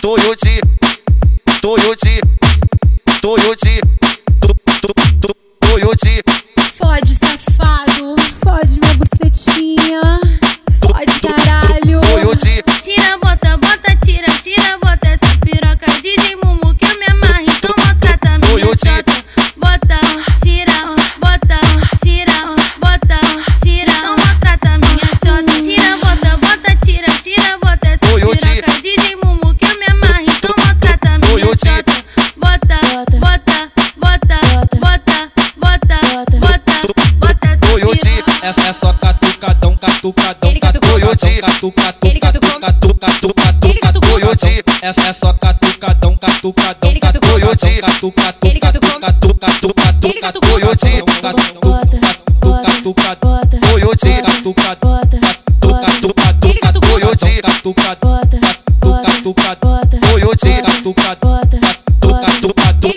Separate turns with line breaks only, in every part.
Toyota, Toyota, Toyota, to- to- to- Toyota,
Fode, safado. Fode, minha bucetinha. Fode, caralho.
Toyota.
Tira, bota, bota, tira, tira, bota essa piroca. Dizem mumu que eu me amarro, então maltrata a minha chota. Bota, tira, bota, tira, bota, tira, então maltrata a minha chota. Tira, bota, bota, tira, tira, bota essa piroca. Dizem mumu que eu me amarro, então maltrata a minha chota. Bota, bota, bota, bota, bota, bota, bota essa piroca.
É, é só catucadão, catucadão,
Ele
catucadão,
catucou.
catucadão,
Ele
catucadão,
catucou.
catucadão,
Ele catucou.
catucadão. É, é só catucadão, catucadão,
Ele catucou.
catucadão,
Ele catucou.
catucadão, catucadão, catucadão,
Ele catucou.
catucadão, catucadão, catucadão,
Toyota,
catucadão, catucadão,
Ele catucou.
catucadão, catucadão,
Toyota,
catucadão, catucadão,
Ele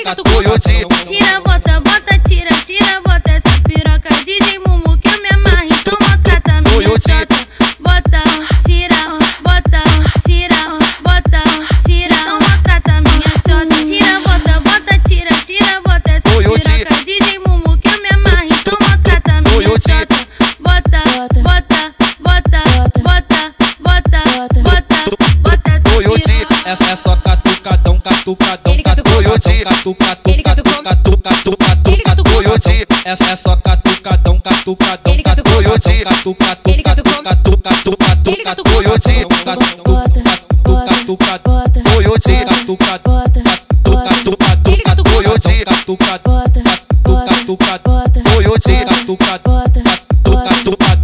catucou.
catucadão.
Tira, bota, bota, tira, tira, bota essa piroca. Dizem mumu que eu me amarro, então maltrata a minha chota. Bota, tira, bota, tira, bota, tira, então maltrata a minha chota. Tira, bota, bota, tira, tira, bota essa piroca. Dizem mumu que eu me amarro, então maltrata a minha chota. Bota, bota, bota, bota, bota, bota, bota essa piroca.
É, é só catucadão, catucadão,
Ele catucou.
catucadão, catucadão,
Ele catucou.
catucadão, catucadão,
Ele catucou.
catucadão. É, é só catucadão, catucadão,
Ele catucou.
catucadão, catucadão,
Ele catucou.
catucadão, catucadão,
Ele catucou.
catucadão, catucadão, catucadão,
Toyota,
catucadão,
Ele catucou.
catucadão, catucadão, catucadão,
Toyota,
catucadão, catucadão,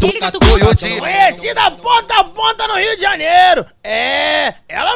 Ele catucou.
Toyota.
Conhecida ponta a ponta no Rio de Janeiro. É, ela